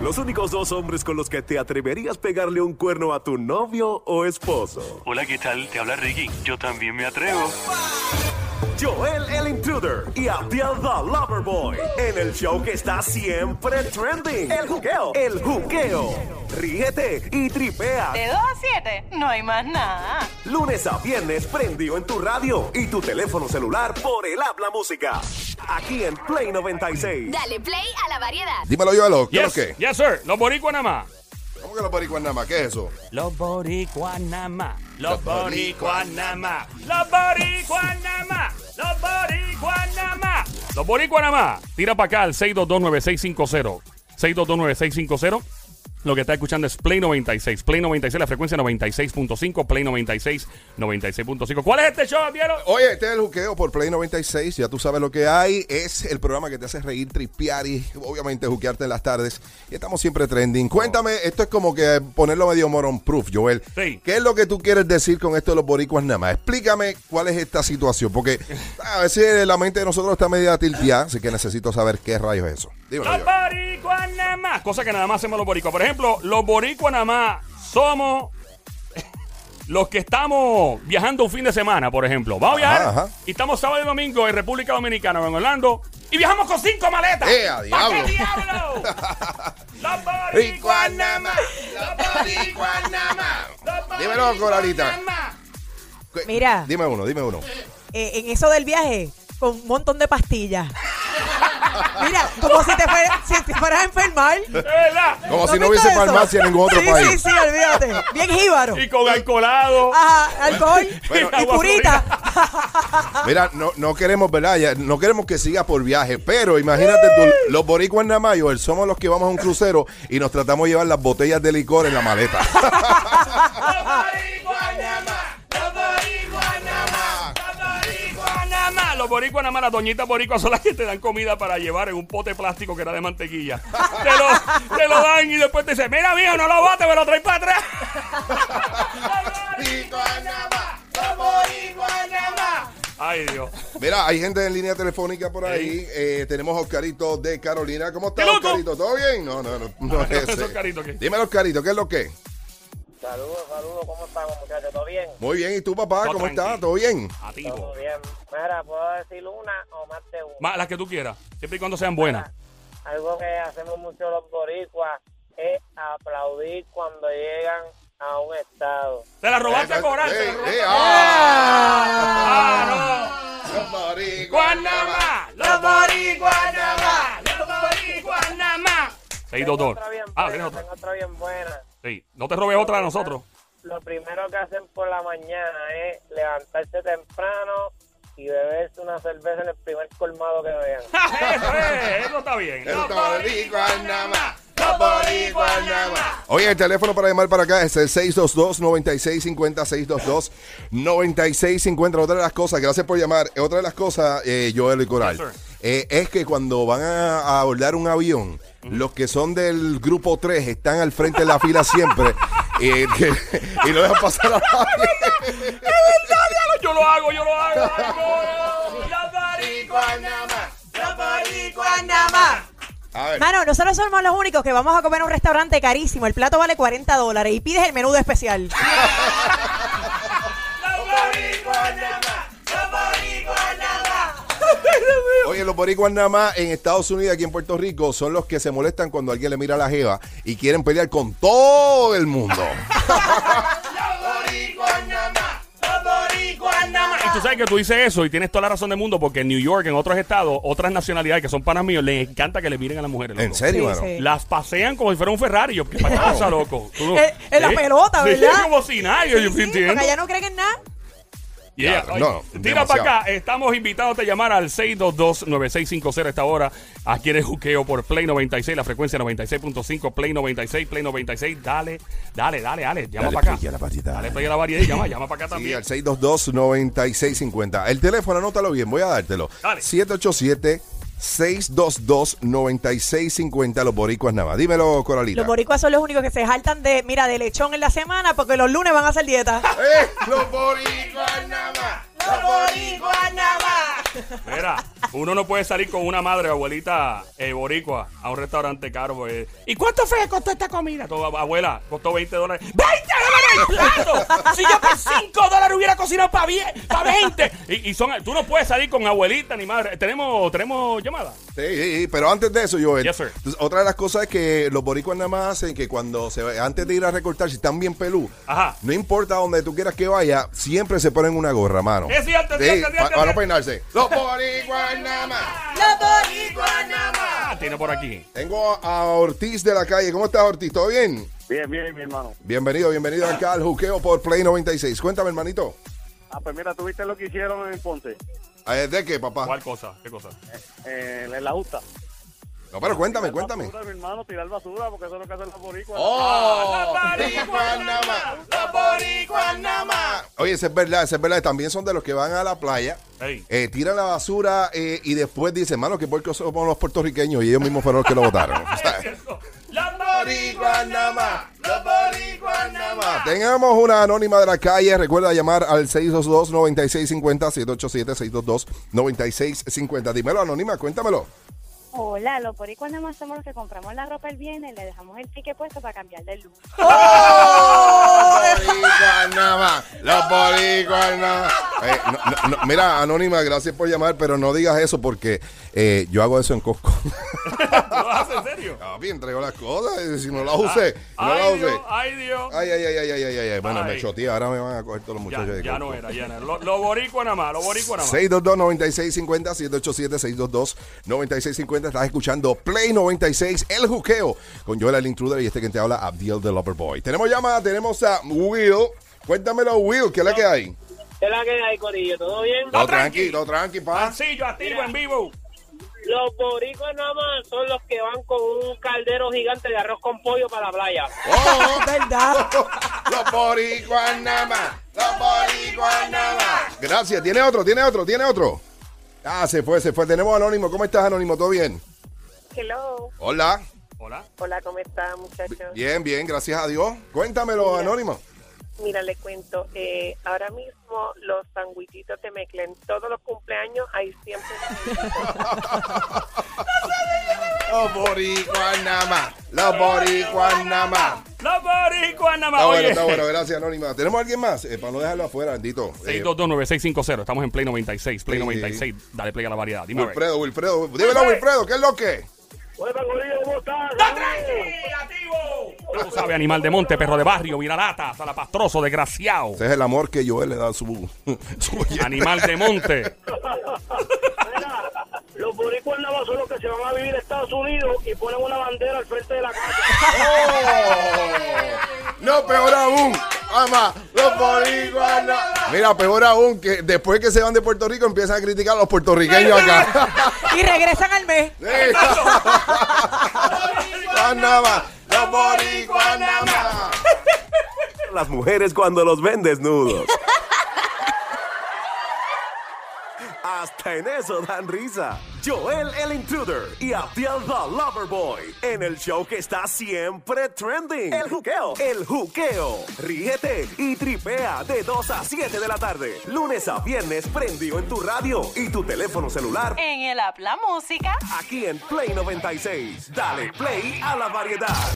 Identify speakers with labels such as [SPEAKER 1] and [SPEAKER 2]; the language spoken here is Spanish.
[SPEAKER 1] Los únicos dos hombres con los que te atreverías pegarle un cuerno a tu novio o esposo.
[SPEAKER 2] Hola, ¿qué tal? Te habla Ricky. Yo también me atrevo.
[SPEAKER 1] Joel el Intruder y Abdiel the Loverboy. En el show que está siempre trending. El juqueo. El juqueo. Ríete y tripea.
[SPEAKER 3] De 2 a 7, no hay más nada.
[SPEAKER 1] Lunes a viernes prendido en tu radio y tu teléfono celular por el habla música. Aquí en Play 96.
[SPEAKER 4] Dale play a la variedad.
[SPEAKER 5] Dímelo, Yoelo. ¿Qué es
[SPEAKER 6] Yes,
[SPEAKER 5] lo que?
[SPEAKER 6] yes, sir. Los boricuas nada más.
[SPEAKER 5] ¿Cómo que los boricuas nada más? ¿Qué es eso?
[SPEAKER 6] Los boricuas nada más.
[SPEAKER 5] Los
[SPEAKER 6] Los boricuas nada más. Los boricuas nada más. Los boricuas nada más. Los boricuas nada más. Tira para acá al 6229650. 6229650. Lo que está escuchando es Play 96. Play 96, la frecuencia 96.5. Play 96, 96.5. ¿Cuál es este show, Diego?
[SPEAKER 5] Oye, este es el juqueo por Play 96. Ya tú sabes lo que hay. Es el programa que te hace reír, tripear y obviamente juquearte en las tardes. Y estamos siempre trending. Cuéntame, esto es como que ponerlo medio moron proof, Joel.
[SPEAKER 6] Oh. Sí.
[SPEAKER 5] ¿Qué es lo que tú quieres decir con esto de los boricuas nada más? Explícame cuál es esta situación. Porque a veces la mente de nosotros está media tilteada, así que necesito saber qué rayos es eso. Dímelo,
[SPEAKER 6] Los
[SPEAKER 5] Joel.
[SPEAKER 6] boricuas nada más. Cosa que nada más hacemos los boricuas. Por ejemplo, los boricuas nada más somos los que estamos viajando un fin de semana, por ejemplo. Vamos a viajar
[SPEAKER 5] Ajá, ajá.
[SPEAKER 6] y estamos sábado y domingo en República Dominicana o en Orlando y viajamos con cinco maletas.
[SPEAKER 5] ¡Ea,
[SPEAKER 6] ¿Pa'
[SPEAKER 5] ¡Eh, diablo!
[SPEAKER 6] qué diablo? los boricuas nada más. Los boricuas nada más. los
[SPEAKER 5] Dímelo,
[SPEAKER 6] boricuas
[SPEAKER 5] Coralita.
[SPEAKER 6] nada más.
[SPEAKER 5] ¿Qué-
[SPEAKER 7] Mira.
[SPEAKER 5] Dime uno, dime uno.
[SPEAKER 7] eh, en eso del viaje con un montón de pastillas. Mira, como si te, fuera- si te fueras a enfermar.
[SPEAKER 6] Es verdad.
[SPEAKER 5] Como
[SPEAKER 7] ¿No
[SPEAKER 5] si no
[SPEAKER 7] has visto
[SPEAKER 5] hubiese
[SPEAKER 7] eso?
[SPEAKER 5] farmacia en ningún otro
[SPEAKER 7] Sí,
[SPEAKER 5] país.
[SPEAKER 7] Sí, sí, olvídate. Bien jíbaro.
[SPEAKER 6] Y con alcoholado.
[SPEAKER 7] Ajá, alcohol
[SPEAKER 5] Bueno,
[SPEAKER 7] y
[SPEAKER 6] agua
[SPEAKER 7] purita.
[SPEAKER 5] Mira, no, no queremos, ¿verdad? Ya, no queremos que siga por viaje, pero imagínate tú, los boricuas nada más, Joel, somos los que vamos a un crucero y nos tratamos de llevar las botellas de licor en la maleta.
[SPEAKER 6] Los boricuas nada más, los boricuas nada más, los boricuas nada más. Los boricuas nada más, las doñitas boricuas son las que te dan comida para llevar en un pote plástico que era de mantequilla. Te lo, te lo dan y después te dicen, mira mijo, no lo botes, me lo traes para atrás. Los boricuas nada más, los boricuas nada más. Ay, Dios.
[SPEAKER 5] Mira, hay gente en línea telefónica por ahí. Eh, tenemos a Oscarito de Carolina. ¿Cómo estás,
[SPEAKER 6] ¡Qué loco!
[SPEAKER 5] Oscarito? ¿Todo bien? No, no, no. no
[SPEAKER 6] no,
[SPEAKER 5] es
[SPEAKER 6] eso,
[SPEAKER 5] ese.
[SPEAKER 6] Oscarito, ¿qué?
[SPEAKER 5] Dime, Oscarito, ¿qué es lo que?
[SPEAKER 8] Saludos, saludos, ¿cómo estamos muchachos? ¿Todo bien?
[SPEAKER 5] Muy bien, ¿y tú, papá?
[SPEAKER 6] Todo
[SPEAKER 5] ¿Cómo estás?
[SPEAKER 6] tranquilo.
[SPEAKER 5] ¿Todo bien?
[SPEAKER 6] Activo.
[SPEAKER 8] bien. Mira, ¿puedo decir una o más de una?
[SPEAKER 6] Más las que tú quieras, siempre y cuando sean buenas.
[SPEAKER 8] Algo que hacemos mucho los boricuas es aplaudir cuando llegan a un estado.
[SPEAKER 6] Te la robaste a Coral, te la
[SPEAKER 5] Eh,
[SPEAKER 6] robaste.
[SPEAKER 5] eh, ah.
[SPEAKER 6] Ah, no.
[SPEAKER 5] Los boricuas nada más.
[SPEAKER 6] Guanama, los boricuas nada más, los boricuas nada más. Seis, dos, dos.
[SPEAKER 8] Otra bien
[SPEAKER 6] Ah,
[SPEAKER 8] buena,
[SPEAKER 6] tienes otra.
[SPEAKER 8] tengo otra bien buena.
[SPEAKER 6] Sí, no te robes otra de nosotros.
[SPEAKER 8] Lo primero que hacen por la mañana es levantarse temprano y beberse una cerveza en el primer colmado que vean.
[SPEAKER 6] eso es, eso está bien.
[SPEAKER 5] Los boricuas nada más.
[SPEAKER 6] los boricuas nada más.
[SPEAKER 5] Oye, el teléfono para llamar para acá es el 622-9650, 622-9650. Otra de las cosas, gracias por llamar. Otra de las cosas, eh, Joel y Coral,
[SPEAKER 6] Yes, sir.
[SPEAKER 5] eh, es que cuando van a, a abordar un avión, los que son del grupo 3 están al frente de la fila siempre eh, que- y no dejan pasar a nadie.
[SPEAKER 6] Yo lo hago, yo lo hago. ay, no. Los boricuas nada más, los boricuas nada más.
[SPEAKER 5] A ver,
[SPEAKER 7] Mano, nosotros somos los únicos que vamos a comer a un restaurante carísimo. El plato vale 40 dólares y pides el menudo especial.
[SPEAKER 6] Los boricuas nada más, los boricuas nada
[SPEAKER 5] oye, los boricuas nada más en Estados Unidos, aquí en Puerto Rico, son los que se molestan cuando alguien le mira la jeva y quieren pelear con todo el mundo.
[SPEAKER 6] más. Y tú sabes que tú dices eso y tienes toda la razón del mundo porque en New York, en otros estados, otras nacionalidades que son panas míos, les encanta que le miren a las mujeres.
[SPEAKER 5] ¿En
[SPEAKER 6] loco.
[SPEAKER 5] serio,
[SPEAKER 7] Sí,
[SPEAKER 5] mano?
[SPEAKER 7] sí.
[SPEAKER 6] Las pasean como si fuera un Ferrari. Yo, ¿qué pasa, loco? Tú no-
[SPEAKER 7] Eh, en la pelota,
[SPEAKER 6] Sí,
[SPEAKER 7] ¿verdad?
[SPEAKER 6] como si nadie, yo
[SPEAKER 7] Sí, sí,
[SPEAKER 6] entiendo.
[SPEAKER 7] porque allá no creen en nada.
[SPEAKER 5] Ya,
[SPEAKER 6] Yeah, ay,
[SPEAKER 5] no,
[SPEAKER 6] tira
[SPEAKER 5] demasiado.
[SPEAKER 6] para acá. Estamos invitados a llamar al 622-9650 a esta hora. Aquí en el juqueo por Play 96, la frecuencia 96.5, Play 96, Play 96. Dale, dale, dale, dale. Llama
[SPEAKER 5] Dale play
[SPEAKER 6] para
[SPEAKER 5] a la
[SPEAKER 6] acá.
[SPEAKER 5] variedad.
[SPEAKER 6] Dale play a la variedad y llama, llama para acá
[SPEAKER 5] Sí,
[SPEAKER 6] también.
[SPEAKER 5] al 622-9650. El teléfono, anótalo bien, voy a dártelo.
[SPEAKER 6] Dale.
[SPEAKER 5] 787-622-9650, los boricuas nada más. Dímelo, Coralita.
[SPEAKER 7] Los boricuas son los únicos que se jaltan de, mira, de lechón en la semana porque los lunes van a hacer dieta.
[SPEAKER 5] ¡Eh! ¡Los boricuas nada más!
[SPEAKER 7] Los boricuas nada más.
[SPEAKER 6] Mira, uno no puede salir con una madre, abuelita eh, boricua, a un restaurante caro. porque, ¿Y cuánto fue que costó esta comida? Tu ab- abuela, costó 20 dólares. ¡20 dólares el plato! Si yo por 5 dólares hubiera cocinado para pa 20. Y, y son, tú no puedes salir con abuelita ni madre. Tenemos, tenemos llamada.
[SPEAKER 5] Sí, sí, sí, pero antes de eso, Joel,
[SPEAKER 6] Yes, sir.
[SPEAKER 5] entonces, otra de las cosas es que los boricuas nada más hacen que cuando se va- antes de ir a recortar, si están bien pelú,
[SPEAKER 6] Ajá.
[SPEAKER 5] no importa donde tú quieras que vaya, siempre se ponen una gorra, mano.
[SPEAKER 6] Es cierto, es
[SPEAKER 5] Sí,
[SPEAKER 6] cierto,
[SPEAKER 5] pa-
[SPEAKER 6] es cierto,
[SPEAKER 5] Para
[SPEAKER 6] es
[SPEAKER 5] no peinarse. Los boricuas nada más.
[SPEAKER 6] Ah, tiene por aquí.
[SPEAKER 5] Tengo a Ortiz de la calle. ¿Cómo estás, Ortiz? ¿Todo bien?
[SPEAKER 4] Bien, bien, mi hermano.
[SPEAKER 5] Bienvenido, bienvenido acá al juqueo por Play 96. Cuéntame, hermanito.
[SPEAKER 4] Ah, pues mira, ¿tuviste lo que hicieron en Ponce?
[SPEAKER 5] Eh, ¿De qué, papá?
[SPEAKER 6] ¿Cuál cosa? ¿Qué cosa?
[SPEAKER 4] Eh, en la justa.
[SPEAKER 5] No, pero cuéntame,
[SPEAKER 4] Tirar
[SPEAKER 5] cuéntame.
[SPEAKER 4] Basura, mi hermano, tirar basura, porque eso es lo que hacen los
[SPEAKER 6] Ah,
[SPEAKER 4] boricuas.
[SPEAKER 5] ¡Oh!
[SPEAKER 6] Las boricuas nada más, las boricuas nada más.
[SPEAKER 5] Ah, Oye, eso es verdad, eso es verdad. También son de los que van a la playa,
[SPEAKER 6] Ey.
[SPEAKER 5] eh, tiran la basura eh, y después dicen, mano, que porque somos los puertorriqueños y ellos mismos fueron los que lo votaron. O sea,
[SPEAKER 6] Las boricuas nada más, las boricuas nada más.
[SPEAKER 5] Tengamos una anónima de la calle. Recuerda llamar al 622-9650, 787-622-9650. Dímelo, anónima, cuéntamelo.
[SPEAKER 9] Hola, los boricuas nada más somos los que compramos la ropa el viernes y le dejamos el ticket puesto para cambiar de luz.
[SPEAKER 6] ¡Oh!
[SPEAKER 5] Eh, no, no, no, mira, anónima, gracias por llamar, pero no digas eso porque eh, yo hago eso en Costco.
[SPEAKER 6] ¿Lo haces en serio?
[SPEAKER 5] Papi, entrego las cosas, eh, si no las usé, no las
[SPEAKER 6] Ah, Ay,
[SPEAKER 5] usé.
[SPEAKER 6] Dios, ay, Dios.
[SPEAKER 5] Ay, ay, ay, ay, ay, ay, ay, ay. Bueno,
[SPEAKER 6] Ay.
[SPEAKER 5] me choteé, ahora me van a coger todos los
[SPEAKER 6] Ya,
[SPEAKER 5] muchachos de
[SPEAKER 6] ya
[SPEAKER 5] Costco.
[SPEAKER 6] no era, ya no era. Lo, lo boricua nada más, lo boricua nada más.
[SPEAKER 5] 622-9650, 787-622-9650. Estás escuchando Play 96, El Juqueo, con Joel el Intruder y este que te habla, Abdiel the Lover Boy. Tenemos llamada, tenemos a Will. Cuéntamelo, Will, ¿qué es la que hay?
[SPEAKER 8] ¿Qué es la que hay, Corillo? ¿Todo bien?
[SPEAKER 5] Todo tranqui, todo tranqui, pa.
[SPEAKER 6] Pancillo activo en vivo.
[SPEAKER 8] Los boricuas nada más son los que van con un caldero gigante de arroz con pollo para la playa.
[SPEAKER 5] Oh,
[SPEAKER 7] ¿Verdad?
[SPEAKER 5] los boricuas nada más, los boricuas nada más. Gracias, tiene otro, tiene otro, tiene otro. Ah, se fue, se fue. Tenemos a Anónimo. ¿Cómo estás, Anónimo? ¿Todo bien?
[SPEAKER 9] Hello.
[SPEAKER 5] Hola.
[SPEAKER 6] Hola.
[SPEAKER 9] Hola, ¿cómo están, muchachos?
[SPEAKER 5] Bien, bien, gracias a Dios. Cuéntamelo, Anónimo.
[SPEAKER 9] Mira, les cuento. eh, ahora mismo los sandwichitos de Meclen, todos los cumpleaños hay siempre.
[SPEAKER 5] Los boricuas nada más. Los boricuas nada más.
[SPEAKER 6] Los boricuas nada más.
[SPEAKER 5] Está bueno,
[SPEAKER 6] Oye.
[SPEAKER 5] está bueno. Gracias, Anónima. ¿Tenemos a alguien más? Eh, para no dejarlo afuera, bendito. Eh,
[SPEAKER 6] 6229650. Estamos en Play 96. Play
[SPEAKER 5] Sí, sí.
[SPEAKER 6] 96. Dale play a la variedad. Dime a ver.
[SPEAKER 5] Wilfredo, Wilfredo. Dímelo, Wilfredo, ¿qué es lo que?
[SPEAKER 4] Hola, Corillo, ¿cómo estás?
[SPEAKER 6] Ya tú sabes, animal de monte, perro de barrio, viralata, salapastroso, desgraciado.
[SPEAKER 5] Ese es el amor que Joel le da a su, su oyente.
[SPEAKER 6] Animal de monte.
[SPEAKER 4] Mira, los boricuas nada más son los que se van a vivir a Estados Unidos y ponen una bandera al frente de la casa.
[SPEAKER 5] ¡Oh! No, peor aún. Ama, los boricuas. no. Mira, peor aún, que después que se van de Puerto Rico empiezan a criticar a los puertorriqueños acá.
[SPEAKER 7] Y regresan al mes.
[SPEAKER 5] Sí. Boricuas nada más. Los boricuas nada más.
[SPEAKER 1] Las mujeres cuando los ven desnudos. Hasta en eso dan risa. Joel el Intruder y Abdiel the Loverboy en el show que está siempre trending. El juqueo. El juqueo. Ríete y tripea de 2 a 7 de la tarde. Lunes a viernes prendido en tu radio y tu teléfono celular.
[SPEAKER 3] En el app La Música.
[SPEAKER 1] Aquí en Play 96. Dale play a la variedad.